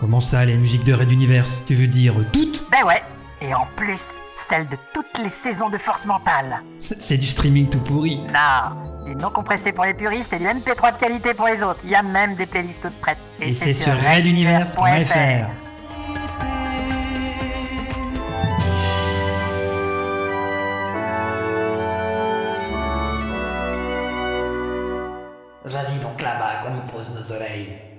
Comment ça, les musiques de Red Universe Tu veux dire toutes Ben ouais, et en plus, celle de toutes les saisons de Force Mentale. C'est c'est du streaming tout pourri. Non, du non compressé pour les puristes et du MP3 de qualité pour les autres. Il y a même des playlists toutes prêtes. Et, c'est sur reduniverse.fr. Vas-y donc là-bas qu'on y pose nos oreilles.